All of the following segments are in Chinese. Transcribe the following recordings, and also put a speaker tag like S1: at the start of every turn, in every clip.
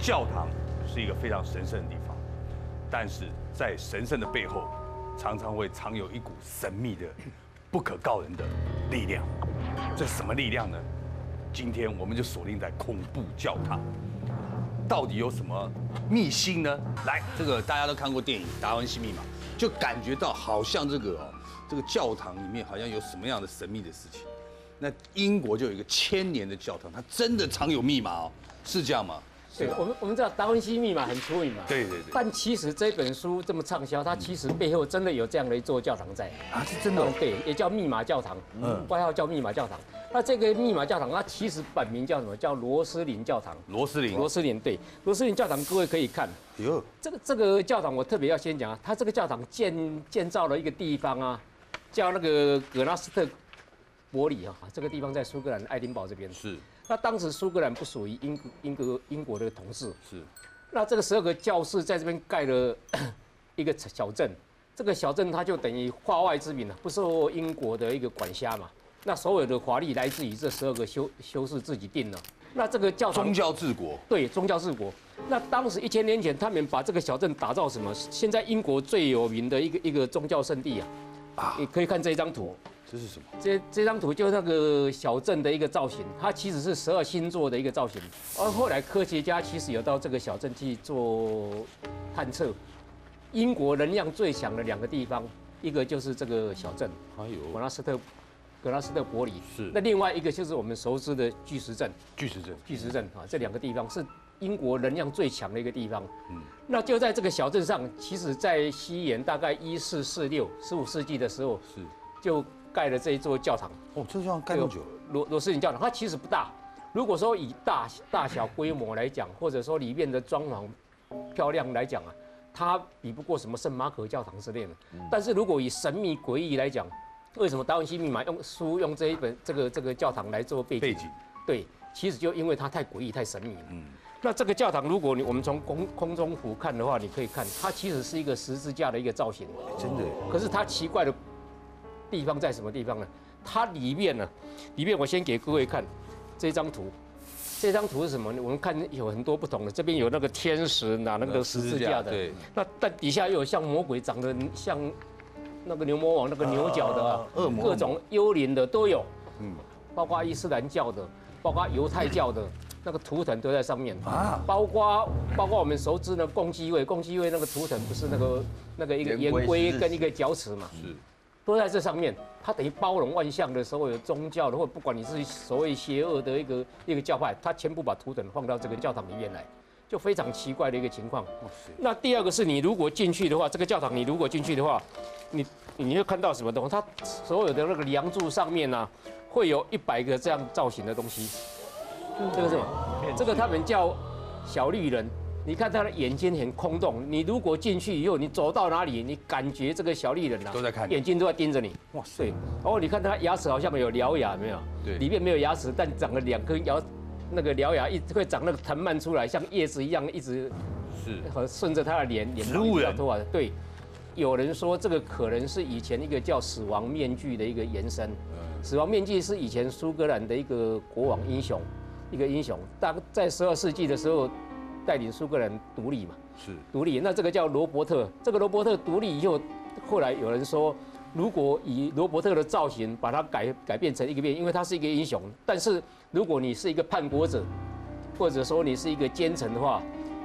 S1: 教堂是一个非常神圣的地方，但是在神圣的背后，常常会藏有一股神秘的、不可告人的力量。这什么力量呢？今天我们就锁定在恐怖教堂，到底有什么秘辛呢？来，
S2: 这个大家都看过电影《达文西密码》，就感觉到好像这个哦，这个教堂里面好像有什么样的神秘的事情。那英国就有一个千年的教堂，它真的藏有密码哦，是这样吗？
S3: 对，我们我们知道《达文西密码》很出名嘛，
S1: 啊对对对
S3: 但其实这本书这么畅销，它其实背后真的有这样的一座教堂在
S2: 啊，是真的哦、
S3: 对，也叫密码教堂，嗯，外号叫密码教堂。那这个密码教堂，它其实本名叫什么？叫罗斯林教堂。
S1: 罗斯林，
S3: 罗斯林对，罗斯林教堂，各位可以看
S2: 哟，
S3: 这个这个教堂，我特别要先讲啊，它这个教堂建建造了一个地方啊，叫那个格拉斯特伯里啊，这个地方在苏格兰爱丁堡这边。
S1: 是
S3: 那当时苏格兰不属于英英格英国的同治，
S1: 是，
S3: 那这个十二个教士在这边盖了 一个小镇，这个小镇它就等于化外之民了，不受英国的一个管辖嘛。那所有的法律来自于这十二个修修士自己定了。那这个教堂
S2: 宗教治国，
S3: 对宗教治国。那当时一千年前，他们把这个小镇打造什么？现在英国最有名的一个一个宗教圣地啊，你可以看这一张图。
S2: 这是什么？
S3: 这这张图就是那个小镇的一个造型，它其实是十二星座的一个造型。而后来科学家其实有到这个小镇去做探测，英国能量最强的两个地方，一个就是这个小镇
S2: 哎
S3: 格
S2: 呦，
S3: 拉斯特格拉斯特伯里，
S2: 是
S3: 那另外一个就是我们熟知的巨石阵。
S1: 巨石阵，
S3: 巨石阵啊，这两个地方是英国能量最强的一个地方。嗯，那就在这个小镇上，其实在西元大概一四四六十五世纪的时候，
S2: 是
S3: 就盖了这一座教堂。
S2: 哦，这像盖多
S1: 哎
S2: 久了？
S3: 罗罗斯林教堂，它其实不大。如果说以大大小规模来讲，或者说里面的装潢漂亮来讲啊，它比不过什么圣马可教堂之类的。但是如果以神秘诡异来讲，为什么达文西密码用书用这一本这个这个教堂来做背景？嗯
S1: 背景
S3: 对，其实就因为它太诡异、太神秘了。那这个教堂，如果你我们从空空中俯瞰的话，你可以看它其实是一个十字架的一个造型。
S1: 哦
S2: 哎真的耶，
S3: 可是它奇怪的地方在什么地方呢？它里面呢，里面我先给各位看这张图。这张图是什么呢？我们看有很多不同的，这边有那个天使拿那个十字架的，
S2: 对，
S3: 那但底下又有像魔鬼长得像那个牛魔王那个牛角的、啊，嗯
S2: 恶魔
S3: 各种幽灵的都有，包括伊斯兰教的，包括犹太教的，那个图腾都在上面
S2: 啊
S3: 包括包括我们熟知的共济会，共济会那个图腾不是那个那个一个
S4: 圆
S3: 圆
S4: 规
S3: 规
S4: 十字
S3: 跟一个角尺嘛，
S2: 是
S3: 都在这上面，它等于包容万象的时候，有宗教的，或不管你是所谓邪恶的一个一个教派，它全部把图腾放到这个教堂里面来，就非常奇怪的一个情况。那第二个是你如果进去的话，这个教堂你如果进去的话，你你会看到什么东西？它所有的那个梁柱上面呢、啊，会有一百个这样造型的东西。这个是什么？
S1: 嗯
S3: 这个他们叫小绿人。你看他的眼睛很空洞，你如果进去以后，你走到哪里，你感觉这个小绿人啊，
S1: 都在看你
S3: 眼睛都在盯着你。
S2: 哇
S3: 哇塞！哦，你看他牙齿好像有獠牙，有没有？哦
S2: 对
S3: 里面没有牙齿，但长了两颗牙，那个獠牙一直会长那个藤蔓出来，像叶子一样一直
S2: 是
S3: 和顺着他的脸脸
S1: 植物人
S3: 头发。啊对，有人说这个可能是以前一个叫死亡面具的一个延伸。
S2: 嗯
S3: 死亡面具是以前苏格兰的一个国王英雄，一个英雄，大在十二世纪的时候带领苏格兰独立嘛。
S2: 是，
S3: 独立，那这个叫罗伯特。这个罗伯特独立以后，后来有人说，如果以罗伯特的造型把它改改变成一个变，因为他是一个英雄，但是如果你是一个叛国者，或者说你是一个奸臣的话，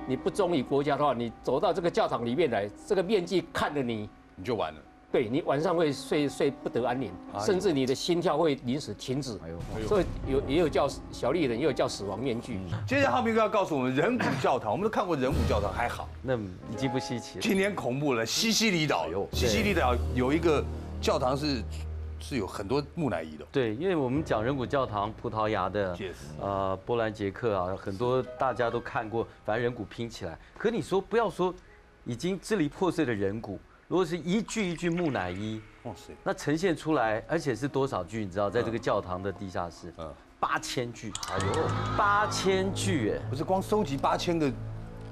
S3: 你不忠于国家的话，你走到这个教堂里面来，这个面具看着你，
S1: 你就完了。
S3: 对你晚上会睡睡不得安宁，甚至你的心跳会临时停止。
S4: 哎
S3: 所以有也有叫小丽人，也有叫死亡面具。
S1: 接下来浩明哥要告诉我们，人骨教堂，我们都看过人骨教堂，还好。
S2: 哎
S4: 那已经不稀奇了。
S1: 今天恐怖了，西西里岛
S4: 哎呦，
S1: 西西里岛有一个教堂是是有很多木乃伊的，
S4: 对，因为我们讲人骨教堂，葡萄牙的
S1: Yes，
S4: 呃，波兰、捷克啊，很多大家都看过，反正人骨拼起来。可你说不要说已经支离破碎的人骨，如果是一具一具木乃伊，
S1: 哇塞，
S4: 那呈现出来，而且是多少具？你知道，在这个教堂的地下室，
S1: 嗯
S4: 八千具，哎呦，八千具哎。
S1: 不是光收集八千个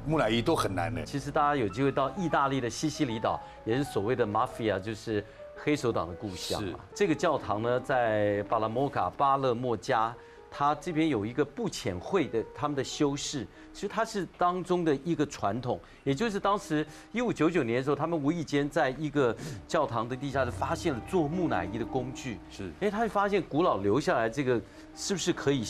S1: 木乃伊都很难呢。
S4: 其实大家有机会到意大利的西西里岛，也是所谓的 mafia，就是黑手党的故乡嘛。这个教堂呢，在巴拉莫卡巴勒莫加它这边有一个不遣会的他们的修饰，其实它是当中的一个传统，也就是当时一五九九年的时候，他们无意间在一个教堂的地下室发现了做木乃伊的工具，
S2: 是
S4: 哎，他会发现古老留下来这个是不是可以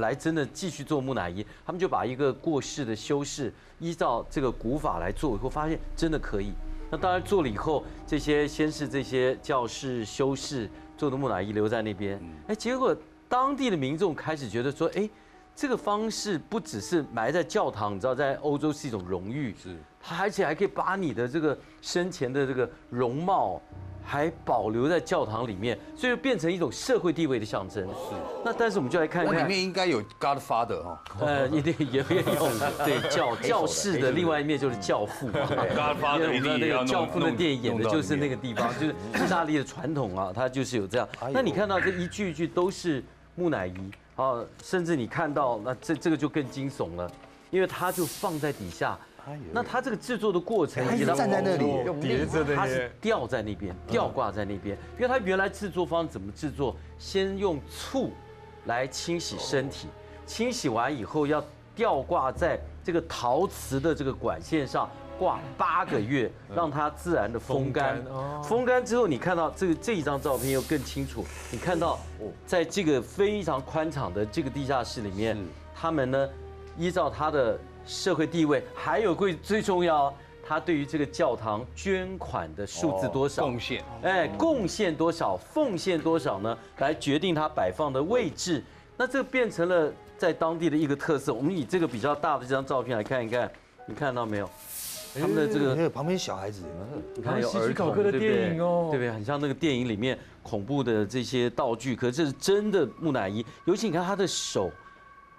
S4: 来真的继续做木乃伊？他们就把一个过世的修饰依照这个古法来做，以后发现真的可以。那当然做了以后，这些先是这些教士修士做的木乃伊留在那
S2: 嗯
S4: 边，哎，结果当地的民众开始觉得说，哎，这个方式不只是埋在教堂，你知道在欧洲是一种荣誉，
S2: 是
S4: 它而且还可以把你的这个生前的这个容貌还保留在教堂里面，所以变成一种社会地位的象征。是。那但是我们就来看
S2: 哦那里
S4: 看，
S2: 面应该有 Godfather 哈，
S4: 呃，一定也也有 对教教室的另外一面就是教父嘛。
S1: Godfather
S4: 因为我们知道
S1: 一定
S4: 那
S1: 也要
S4: 个
S1: 弄
S4: 教父的电影演的就是那
S1: 弄到里
S4: 个地方， 就是意大利的传统啊，它就是有这样。
S1: 哎
S4: 那你看到这一句一句都是木乃伊啊，甚至你看到那这这个就更惊悚了，因为它就放在底下。
S1: 哎
S4: 那它这个制作的过程，以及它
S5: 站在那里，
S1: 叠着的
S4: 它是
S1: 耶，
S4: 吊在那边，吊挂在那边，因为它原来制作方怎么制作？先用醋来清洗身体，清洗完以后要吊挂在这个陶瓷的这个管线上。挂八个月，让它自然的嗯风干。哦风干之后，你看到这个这一张照片又更清楚。你看到，在这个非常宽敞的这个地下室里面，他们呢依照他的社会地位，还有最最重要哦，他对于这个教堂捐款的数字多少，
S2: 哦贡献
S4: 哎，贡献多少，奉献多少呢？来决定它摆放的位置。那这变成了在当地的一个特色。我们以这个比较大的这张照片来看一看，你看到没有？他们的这个
S5: 还有旁边小孩子，
S4: 你看有儿童，对不对？对不对？很像那个电影里面恐怖的这些道具，可是这是真的木乃伊。尤其你看他的手，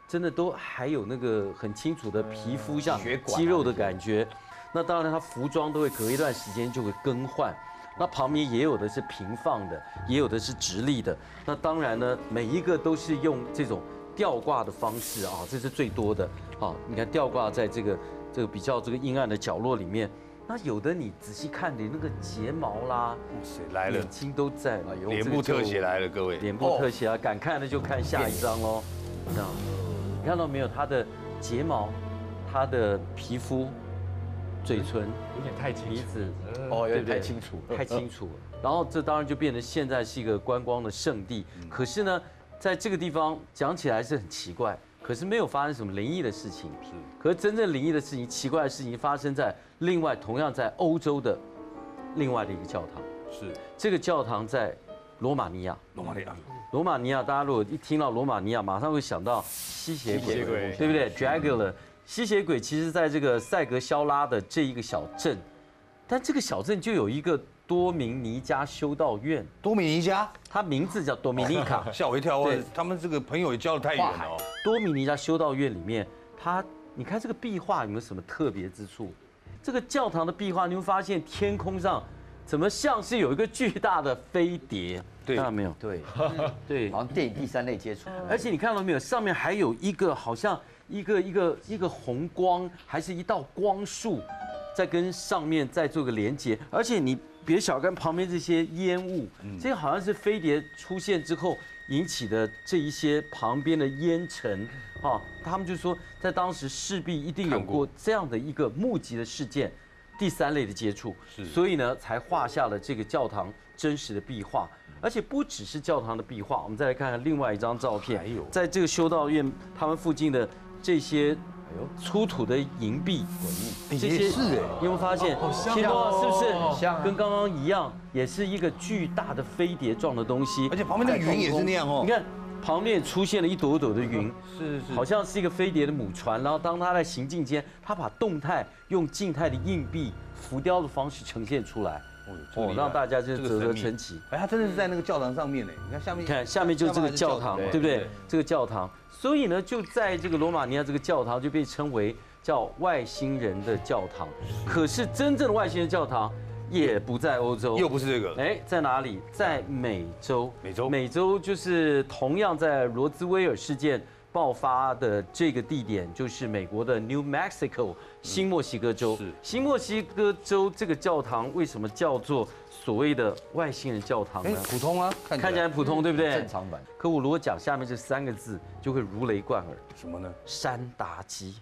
S4: 真的都还有那个很清楚的皮肤像肌肉的感觉。那当然，他服装都会隔一段时间就会更换。那旁边也有的是平放的，也有的是直立的。那当然呢，每一个都是用这种吊挂的方式啊，这是最多的啊。你看吊挂在这个这个比较这个阴暗的角落里面，那有的你仔细看，你那个睫毛啦，
S1: 谁来了
S4: 眼？睛都在了，哎呦
S1: 脸部特写，来了，各
S4: 这
S1: 位
S4: 个就，脸
S5: 哦
S4: 部特写啊，敢看的就看下一张喽。这样，你看到没有？他的睫毛，他的皮肤，嘴唇，
S6: 有点太
S4: 鼻
S6: 清楚，
S4: 子，
S5: 嗯哦，有点
S4: 对不对
S5: 太清楚，嗯
S4: 太清楚了。然后这当然就变成现在是一个观光的圣地。
S5: 嗯
S4: 可是呢，在这个地方讲起来是很奇怪，可是没有发生什么灵异的事情。是，可是真正灵异的事情、奇怪的事情发生在另外同样在欧洲的另外的一个教堂。
S2: 是
S4: 这个教堂在罗马尼亚。
S1: 罗马里亚，
S4: 罗马尼亚，大家如果一听到罗马尼亚，马上会想到吸血鬼，
S6: 吸血鬼嗯
S4: 对不对？Dracula，吸血鬼其实在这个塞格肖拉的这一个小镇，但这个小镇就有一个多明尼加修道院，
S5: 多米尼加，
S4: 它名字叫多米尼 卡
S2: 吓我一跳，我
S4: 对
S2: 他们这个朋友也交得太远了哦。
S4: 多米尼加修道院里面，它你看这个壁画有没有什么特别之处？这个教堂的壁画，你会发现天空上怎么像是有一个巨大的飞碟？
S2: 对
S4: 看到没有？
S5: 对，
S4: 对，
S5: 好像电影第三类接触，
S4: 而且你看到没有，上面还有一个好像一个一个一个红光，还是一道光束，在跟上面再做个连接。而且你别小看旁边这些烟雾，这个好像是飞碟出现之后引起的这一些旁边的烟尘啊。他们就说，在当时势必一定有过这样的一个目击的事件。第三类的接触，所以呢，才画下了这个教堂真实的壁画，而且不只是教堂的壁画，我们再来看看另外一张照
S2: 哎
S4: 片，哎在这个修道院他们附近的这些。
S2: 哎
S4: 出土的银币，这些是哎，你有没有发
S2: 哦
S4: 现？天空啊是不是跟刚刚一样，也是一个巨大的飞碟状的东西
S2: 而？且旁边那个云也是那样哦
S4: 你，看旁边也出现了一朵朵的云，
S2: 是是
S4: 好像是一个飞碟的母船，然后当它在行进间，它把动态用静态的硬币浮雕的方式呈现出来，哦，让大家就啧啧称奇。
S2: 哎，他真的是在那个教堂上面呢，你看下面，
S4: 你看下面就是这个教堂，对不对？这个教堂，所以呢，就在这个罗马尼亚这个教堂就被称为叫外星人的教堂。可是真正的外星人教堂也不在欧洲，
S2: 又不是这个，
S4: 哎，在哪里？在美洲。
S2: 美洲
S4: 美洲就是同样在罗兹威尔事件爆发的这个地点就是美国的 New Mexico 新墨西哥州。
S2: 是
S4: 新墨西哥州这个教堂为什么叫做所谓的外星人教堂
S5: 哎
S4: 呢，？
S5: 普通啊，看
S4: 看起来
S5: 来
S4: 很普通，对不对？
S5: 正常版。
S4: 可我如果讲下面这三个字，就会如雷贯耳。
S1: 什么呢？
S4: 山达基，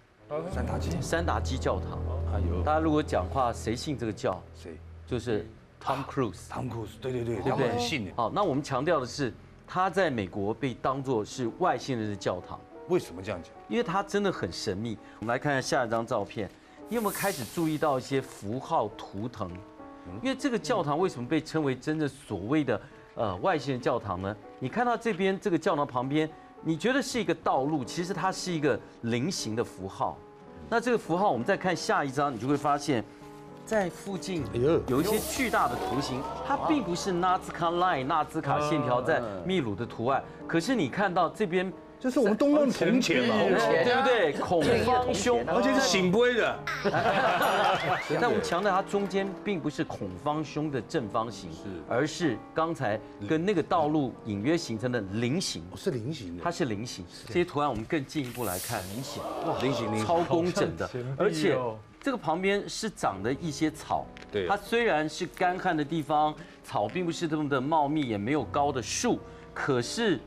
S5: 三打鸡，
S4: 山达基教堂。
S1: 哎呦，
S4: 大家如果讲话，谁信这个教？
S1: 谁？
S4: 就是 Tom Cruise。
S1: 汤姆克鲁斯，对对对，
S4: 对
S1: 他
S4: 不对
S1: 们很信的。
S4: 好，那我们强调的是，它在美国被当作是外星人的教堂，
S1: 为什么这样讲？
S4: 因为它真的很神秘。我们来看看下一张照片，你有没有开始注意到一些符号图腾？因为这个教堂为什么被称为真的所谓的呃外星人教堂呢？你看到这边这个教堂旁边，你觉得是一个道路，其实它是一个菱形的符号。那这个符号，我们再看下一张，你就会发现，在附近有一些巨大的图形，它并不是纳兹卡 line 纳兹卡线条在秘鲁的图案，可是你看到这边，
S1: 这是我们东方铜钱嘛，
S4: 对不对？孔方兄，
S1: 而且是啊醒杯的。
S4: 但我们强调它中间并不是孔方兄的正方形，而是刚才跟那个道路隐约形成的菱形，
S1: 哦是菱形的，
S4: 它是菱形。这些图案我们更进一步来看，菱形
S1: 菱形菱形
S4: 超工整的
S6: 好像钱，币
S4: 而且
S6: 哦
S4: 这个旁边是长的一些草，
S1: 对
S4: 它虽然是干旱的地方，草并不是这么的茂密，也没有高的树，可是。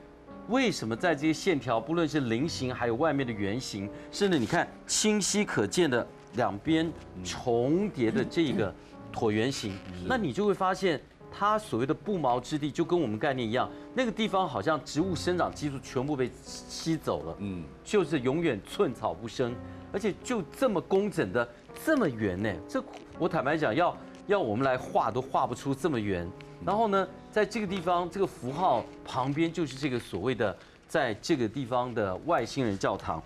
S4: 为什么在这些线条，不论是菱形，还有外面的圆形，甚至你看清晰可见的两边重叠的这个椭圆形，那你就会发现它所谓的不毛之地，就跟我们概念一样，那个地方好像植物生长激素全部被吸走了，嗯，就是永远寸草不生，而且就这么工整的这么圆呢，这我坦白讲，要要我们来画都画不出这么圆。然后呢，在这个地方这个符号旁边就是这个所谓的在这个地方的外星人教堂。